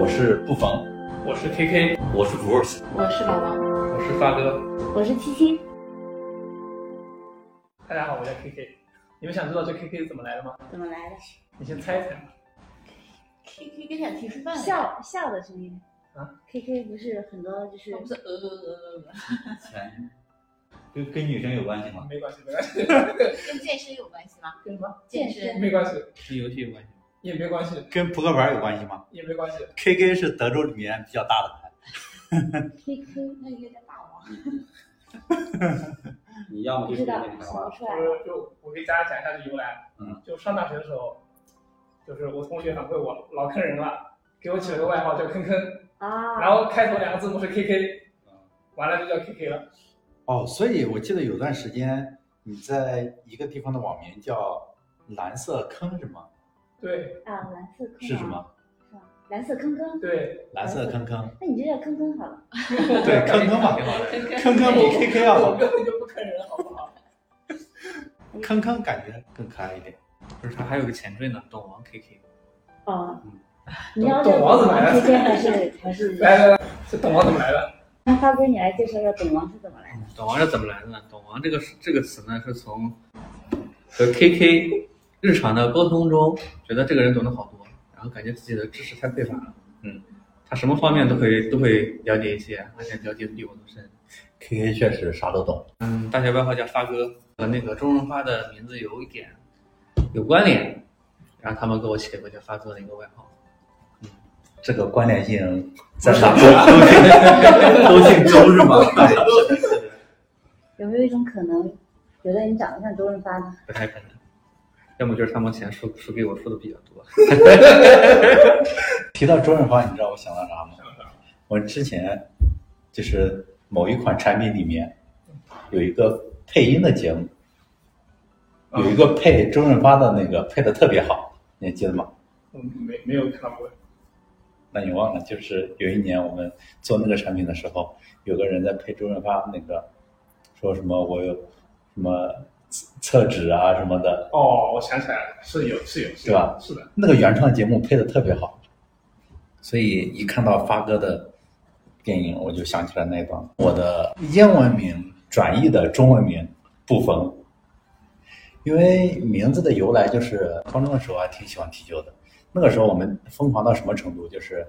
我是不妨，我是 KK，我是 Bruce，我是老王，我是发哥。我是七七。大家好，我叫 KK。你们想知道这 KK 是怎么来的吗？怎么来的？你先猜一猜嘛。 K K 跟想提示范围，笑笑的声音啊。 K K 不是很多就是不是呃呃呃呃呃，前跟跟女生有关系吗？没关系，没关系，跟健身有关系吗？跟什么？健健身身没关系，跟游戏有关系吗？也没关系，跟扑克牌有关系吗也没关系。 ？KK 是德州里面比较大的牌， K K，那应该叫霸王。你要么不就知是那道个想不出来。我就我给大家讲一下这由来。嗯，就上大学的时候，就是我同学反馈我老坑人了，给我起了个外号叫坑坑，啊，然后开头两个字母是 KK，完啊了就叫 KK 了。哦，所以我记得有段时间你在一个地方的网名叫“蓝色坑”是吗？对啊，蓝色坑是什？么？是吧蓝色坑坑， 对，啊蓝色坑坑。那你就叫坑坑好了。对，坑坑嘛，坑坑比 KK 要我好，根本就不坑人，好不好？ 坑坑感觉更可爱一点。不是，他还有个前缀呢，懂王 KK。哦嗯，你要懂叫王怎么来 K 的 K 还是还是？ 来来来，这懂王怎么来的？那发哥，你来介绍一下懂王是怎么来的？嗯懂王是怎么来的呢？懂王这个这个词呢，是从和 KK 日常的沟通中，觉得这个人懂得好多，然后感觉自己的知识太匮乏了。嗯，他什么方面都可以都会了解一些，而且了解比我都深。 ，KK 确实啥都懂。嗯，大学外号叫发哥，和那个周润发的名字有一点有关联，然后他们给我起了个叫发哥的一个外号。这个关联性在哪啊 都都姓周是吗？有没有一种可能，觉得你长得像周润发呢？不太可能。要么就是他们钱输输给我输的比较多。提到周润发，你知道我想到啥吗？我之前就是某一款产品里面有一个配音的节目，有一个配周润发的那个配的特别好，你还记得吗？我嗯没没有看到过。那你忘了，就是有一年我们做那个产品的时候，有个人在配周润发那个，说什么我有什么厕厕纸啊什么的，哦，我想起来了，是有是有，是对有吧是的，那个原创节目配的特别好，所以一看到发哥的电影，我就想起来那一段。我的英文名转译的中文名不逢，因为名字的由来就是高中的时候还挺喜欢啤酒的。那个时候我们疯狂到什么程度，就是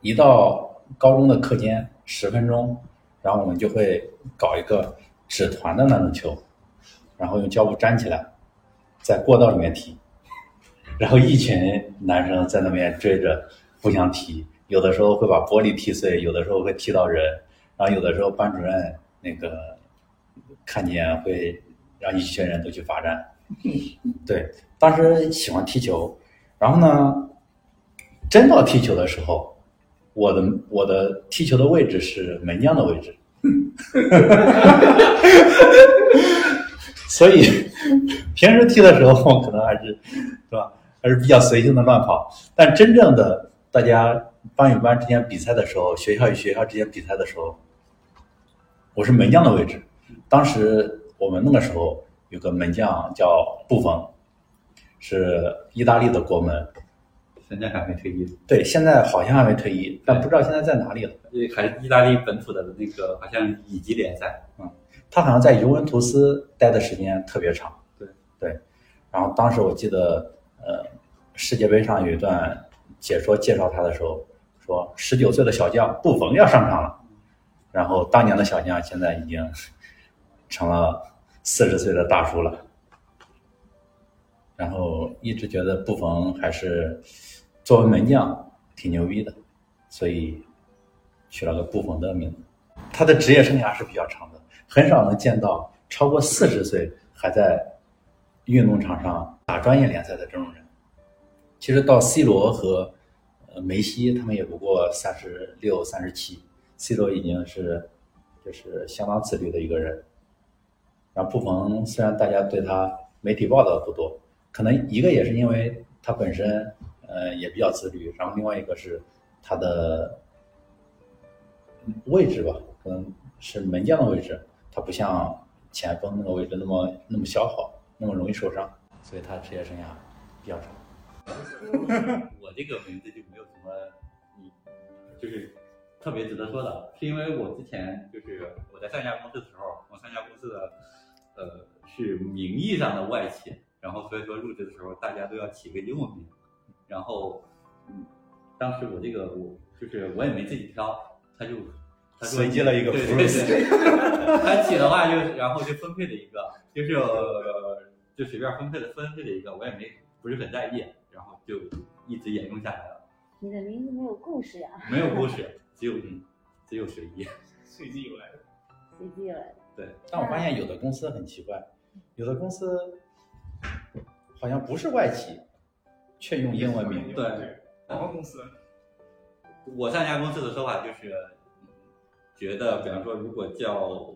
一到高中的课间十分钟，然后我们就会搞一个纸团的那种球，然后用胶布粘起来，在过道里面踢。然后一群男生在那边追着互相踢，有的时候会把玻璃踢碎，有的时候会踢到人，然后有的时候班主任那个看见会让一群人都去罚站。对，当时喜欢踢球，然后呢，真到踢球的时候，我的我的踢球的位置是门将的位置，所以平时踢的时候可能还是对吧？还是比较随性的乱跑。但真正的大家班与班之间比赛的时候，学校与学校之间比赛的时候，我是门将的位置。当时我们那个时候有个门将叫布冯，是意大利的国门。现在还没退役，对，现在好像还没退役，但不知道现在在哪里了。因为还是意大利本土的那个，好像乙级联赛。他好像在尤文图斯待的时间特别长。对对，然后当时我记得，呃，世界杯上有一段解说介绍他的时候，说十九岁的小将布冯要上场了，然后当年的小将现在已经成了四十岁的大叔了，然后一直觉得布冯还是作为门将挺牛逼的，所以取了个布冯的名字。他的职业生涯是比较长的，很少能见到超过四十岁还在运动场上打专业联赛的这种人。其实到 C 罗和呃梅西，他们也不过三十六、三十七，C 罗已经是就是相当自律的一个人。然后布冯虽然大家对他媒体报道不多，可能一个也是因为他本身呃也比较自律，然后另外一个是他的位置吧，可能是门将的位置，他不像前锋那个位置那么那么消耗，那么容易受伤，所以他职业生涯比较长。我这个名字就没有什么，你就是特别值得说的，是因为我之前就是我在上一家公司的时候，我上一家公司的呃是名义上的外企，然后所以说入职的时候大家都要起个英文名，然后嗯，当时我这个我就是我也没自己挑，他就他说随机了一个对 Bruce 对对， 他起的话就然后就分配了一个，就是呃就随便分配的分配了一个，我也没不是很在意，然后就一直沿用下来了。你的名字没有故事啊呀，没有故事，只有嗯，只有随意。随机由来的。随机来的。对，但我发现有的公司很奇怪，有的公司好像不是外企，却用英文名。对对，广告公司我上一家公司的说法就是，嗯觉得比方说如果叫，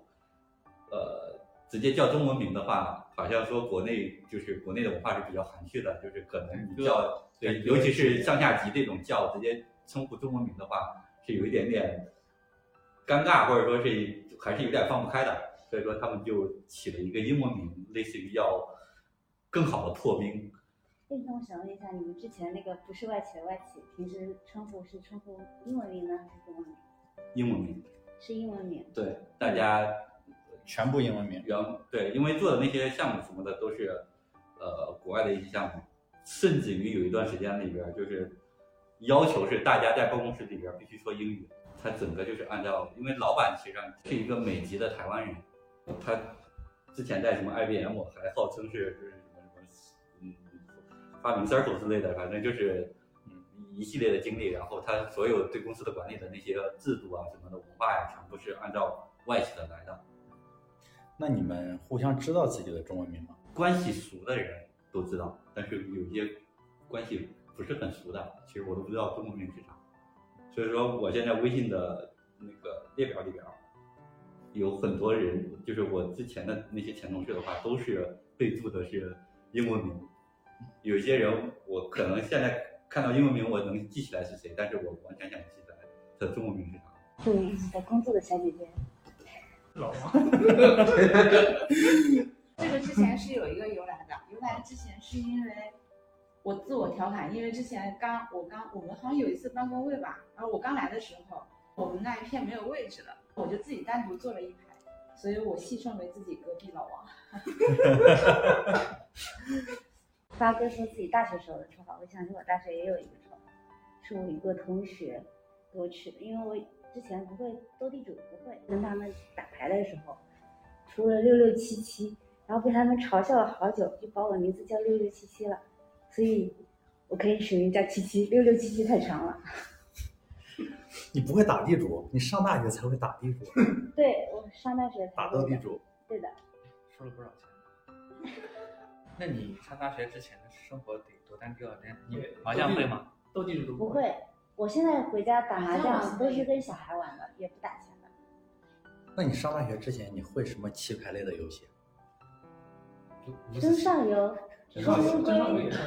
呃，直接叫中文名的话，好像说国内就是国内的文化是比较含蓄的，就是可能你叫对，尤其是上下级这种叫直接称呼中文名的话，是有一点点尴尬，或者说是还是有点放不开的。所以说他们就起了一个英文名，类似于要更好的破冰。哎，那我想问一下，你们之前那个不是外企的外企，平时称呼是称呼英文名呢，还是中文名？英文名，是英文名。对大家全部英文名，原对，因为做的那些项目什么的都是呃国外的一些项目，甚至于有一段时间里边就是要求是大家在办公室里边必须说英语，他整个就是按照，因为老板实际上是一个美籍的台湾人，他之前在什么 IBM 还号称是就是什么什么嗯发明 Circle 之类的，反正就是。嗯一系列的经历，然后他所有对公司的管理的那些制度啊什么的文化呀、全部是按照外企的来的。那你们互相知道自己的中文名吗？关系熟的人都知道，但是有些关系不是很熟的，其实我都不知道中文名是啥。所以说，我现在微信的那个列表里边儿有很多人，就是我之前的那些前同事的话，都是备注的是英文名。有一些人，我可能现在看到英文名，我能记起来是谁，但是我完全想不起来他的中文名是啥。对，找工作的小姐姐。老王。这个之前是有一个由来的，由来之前是因为我自我调侃，因为之前刚我刚我们好像有一次办公位吧，然后我刚来的时候，我们那一片没有位置了，我就自己单独坐了一排，所以我戏称为自己隔壁老王。发哥说自己大学时候的绰号，我想起我大学也有一个绰号，是我一个同学给我取的，因为我之前不会斗地主，不会跟他们打牌的时候，出了六六七七，然后被他们嘲笑了好久，就把我的名字叫六六七七了，所以我可以取名叫七七，六六七七太长了。 你不会打地主，你上大学才会打地主， 对我上大学才打会斗地的，主。对的，收了不少钱。 那你上大学之前的生活得多单调？那你对麻将会吗？斗地主都不。会。我现在回家打麻麻将将都是跟小孩玩的，也不打钱的。那你上大学之前，你会什么棋牌类的游戏？真上游，真真上乌真上龟也，算。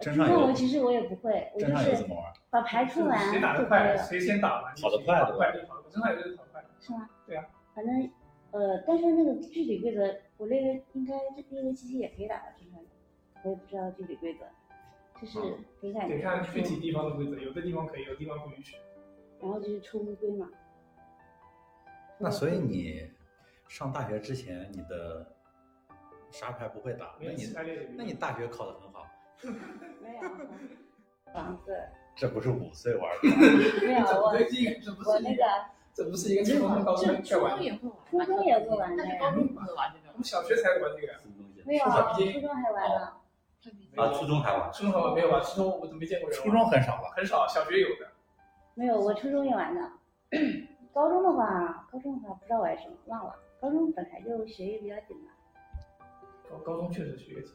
真真上游游其实我也不会，我镇就上游怎是么玩？把牌出完谁就打可得以快，了，谁先打完。跑得快跑对吧快就跑，真上也就是跑得快。是吗？对啊，反正呃，但是那个具体规则，我那个应该这那个七七也可以打吧，真上游，我也不知道具体规则，啊就是凭感觉得看具体出，地方的规则，有的地方可以，有的地方不允许。然后就是抽乌龟嘛。那所以你上大学之前，你的啥牌不会打？没那有其你他类的。那你大学考得很好，没有啊 房子，这不是五岁玩 的。没有我对，这这不我是那一个个，这不是一个初中高中在玩的，也会玩，初中也会玩的但是呀高中不会玩这我种。们小学才玩这个呀。什么东西？没有啊，初中初中还玩呢，啊，初中还玩。初中好像没有玩，初中我都没见过人玩。初中很少了，很少，小学有的。没有我初中也玩的。 高中的话，高中的话不知道玩什么，忘了。高中本来就学业比较紧嘛。高高中确实学业紧。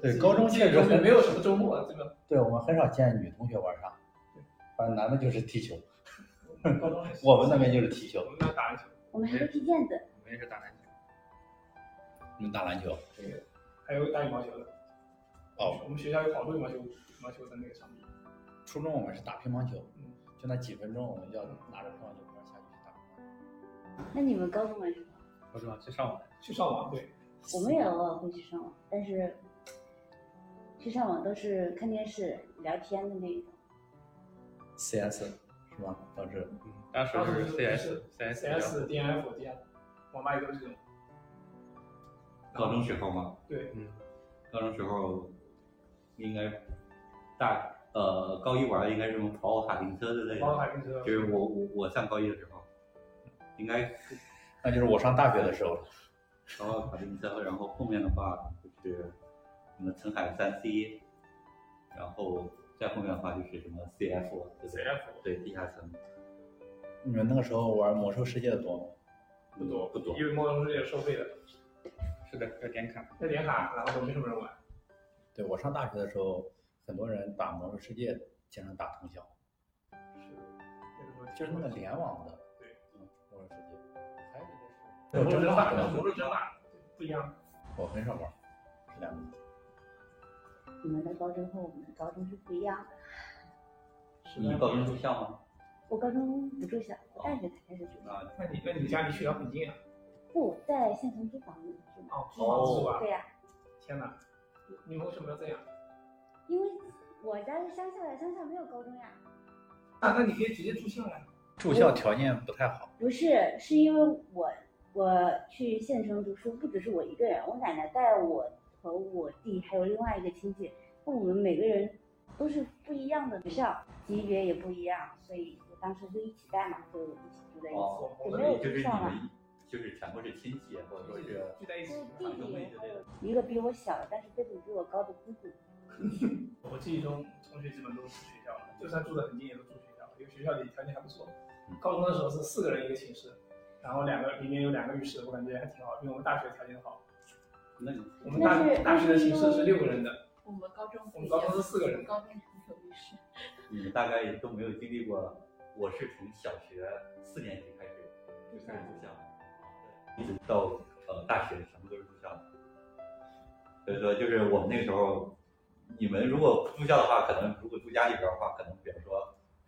对高中确实基本上没有什么周末，真的。对我们很少见女同学玩啥对，反正男的就是踢球，高中还 是我们那边就是踢球我，们那打篮球，我们还会踢毽子，我们也是打篮球，你们打篮球。还有打羽毛球的。哦，我们学校有好多羽毛球羽毛球的那个场地。初中我们是打乒乓球嗯，就那几分钟，我们要拿着乒乓球拍下去去打乒乓球。那你们高中玩什么？不知道去上网。去上网对，我们也偶尔会去上网，但是去就上网都是看电视聊天的那种。 CS 是吧？当时嗯当时当时是就 CS 是 CS CS DNF DNF，我妈也都是这种。高中时候吗？对，嗯，高中时候应该大呃高一玩的应该是什么跑跑卡丁车之类包括的，海冰车，就是我我我上高一的时候，应该是那就是我上大学的时候了。跑跑卡丁车，然后后面的话就是什么陈海三 C，然后再后面的话就是什么 CF 对 CF 对地下城你们那个时候玩魔兽世界的多吗？不多不多，因为魔兽世界收费的，是的，要点卡。要点卡，然后都没什么人玩。对我上大学的时候，很多人打魔兽世界经常打通宵，就就是那个联网的。对，嗯，魔兽世界。还有一个是，魔兽争霸，对魔兽争霸不一样。我很少玩，这两个。你们的高中和我们的高中是不一样的。是你高中住校吗？我高中不住校，我大学才开始住校。啊，那你那你家离学校很近啊？不在县城租房子住嘛。哦，租房子住吧？对呀、天哪，你们为什么要这样？因为我家是乡下的，乡下没有高中呀。那那你可以直接住校啊呀。住校条件不太好，不是，是因为我我去县城读书，不只是我一个人，我奶奶带我和我弟还有另外一个亲戚，那我们每个人都是不一样的学校，级别也不一样，所以我当时就一起带嘛，就一起住在一起，哦，就所没有以就住是你校嘛。们就是全部是亲戚，或者说是聚在一起就。堂弟兄弟妹之类的。一个比我小，但是辈分比我高的姑姑，我记忆中同学基本都是住学校的，就算住得很近也都住学校，因为学校里条件还不错。高中的时候是四个人一个寝室，然后两个里面有两个浴室，我感觉还挺好，比我们大学条件好。那你我们大那是大学的寝室是六个人的，我们高中我们高中是四个人我们高中没有浴室，你们大概也都没有经历过，我是从小学四年级开始就开始住校，啊对一直到呃大学全部都是住校的。所以说，就是我们那个时候，你们如果不住校的话，可能如果住家里边的话，可能比方说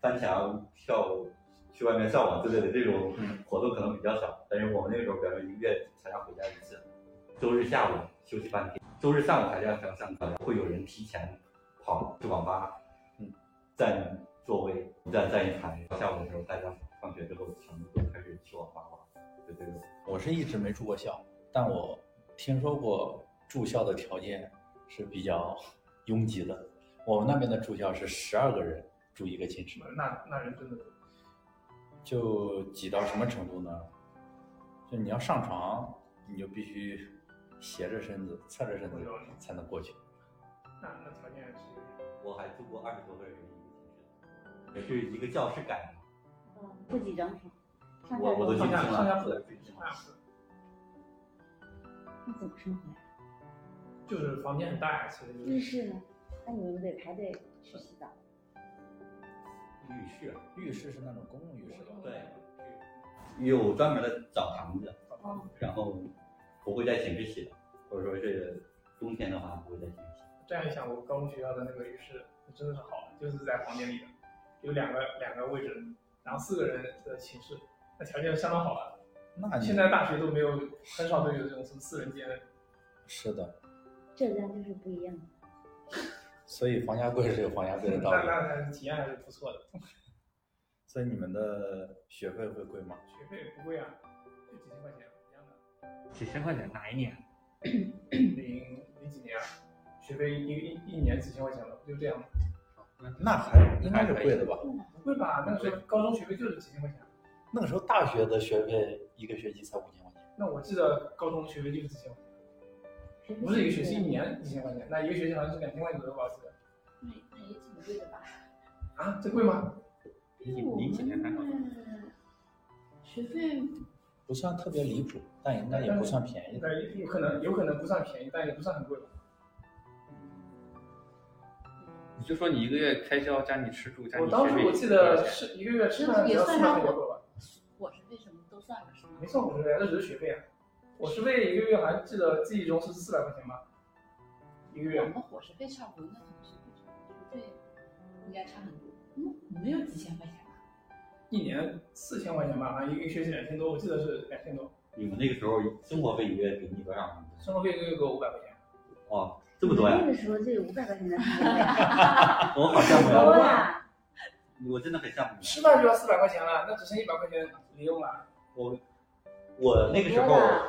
翻墙、跳、去外面上网之类的这种嗯活动可能比较少。但是我们那个时候，比方说一个月才要回家一次，周日下午休息半天，周日上午还是要上上课，会有人提前跑去网吧。占座位，占占一排。下午的时候，大家放学之后全部都开始去网吧玩，就这种。我是一直没住过校，但我听说过住校的条件是比较拥挤的。我们那边的住校是十二个人住一个寝室，那那人真的多。就挤到什么程度呢？就你要上床，你就必须斜着身子、侧着身子才能过去。那那条件是有点我还住过二十多个人一个寝室，也是一个教室改的。住几张床，上下我我都床记不清上下上下铺啊了，上下铺那怎么生活呀？就是房间很大呀，其实就浴是室呢？那你们得排队去洗澡。浴室，浴室是那种公共浴室吧？对，有专门的澡堂子，然后不会在寝室洗的，或者说是冬天的话不会在寝室洗。这样一想，我高中学校的那个浴室真的是好的，就是在房间里的，有两个两个位置，然后四个人的寝室，那条件相当好了。那啊你现在大学都没有，很少都有这种什么四人间的。是的，浙江就是不一样，所以房价贵是啊有房价贵的道那理。那还是体验还是不错的，所以你们的学费会贵吗？学费不贵啊，就几千块钱一样 的。几千块钱哪一年？啊零零几年啊，学费一一一年几千块钱吧，不就这样吗？那还应该是贵的吧？不会吧？那时候高中学费就是几千块钱啊，那个时候大学的学费一个学期才五千块钱，那我记得高中学费就是几千块钱，学费不是一个学贵期啊一年几千块钱，那一个学期好像是两千块钱左右吧，是的那那也挺贵的吧？啊，这贵吗？零零几年还好。嗯学费不算特别离谱，但应该也不算便宜的。那有可能有可能不算便宜，但也不算很贵吧。你就说你一个月开销加你吃住加我你当学时费，我记得是一个月吃饭只要四百块钱够了，伙食费什么都算了是吗没？算伙食费，那只是学费啊。伙食费一个月好像记得记忆中是四百块钱吧，一个我月。们伙食费差不多，那同学费学费应该差很多，嗯，没有几千块钱吧？一年四千块钱吧，好像一个学期两千多，我记得是两千多。你们那个时候生活费一个月给你多少？生活费一个月给我五百块钱，哦，这么多呀那？个时候就有五百块钱的生活费， 我好羡慕多呀！啦，我真的很羡慕你。吃饭就要四百块钱了，那只剩一百块钱零用了。我我那个时候多，啦，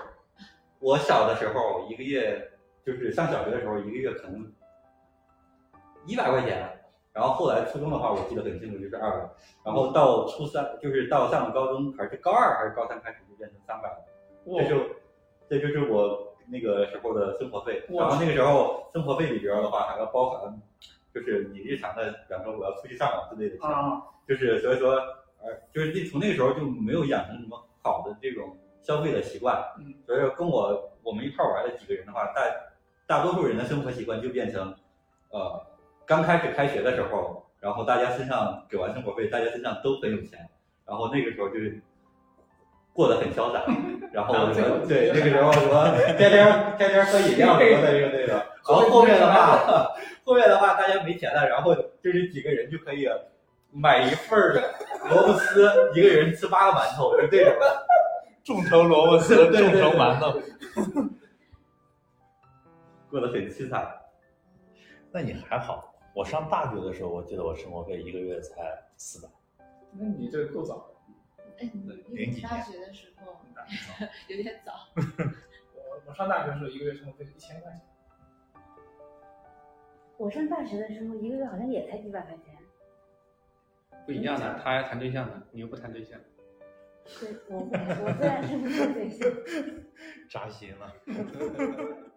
我小的时候一个月就是上小学的时候，一个月可能一百块钱，然后后来初中的话，我记得很清楚，就是二百，然后到初三，就是到上了高中还是高二还是高三开始就变成三百了，我这就这就是我那个时候的生活费。哇然后那个时候生活费里边的话，还要包含就是你日常的，比方说我要出去上网之类的钱。啊，就是所以说，呃，就是那从那个时候就没有养成什么好的这种消费的习惯，嗯，所以说跟我我们一块儿玩的几个人的话，大大多数人的生活习惯就变成，呃，刚开始开学的时候，然后大家身上给完生活费，大家身上都很有钱，然后那个时候就是。过得很潇洒，然后什么对那个时候什么天天天天喝饮料什么的，这个那个，然后后面的话， 后面的话大家没钱了，然后就是几个人就可以呃买一份儿萝卜丝，一个人吃八个馒头，是 这种。众筹萝卜丝，对对对头。过得很凄惨。那你还好，我上大学的时候，我记得我生活费一个月才四百。那你这够早的。哎，你零几你大年学的时候 有点早，我我上大学的时候一个月生活费一千块钱，我上大学的时候一个月好像也才几百块钱，不一样的，他要谈对象的，你又不谈对象，对我我虽然是不是对象，啊扎心了。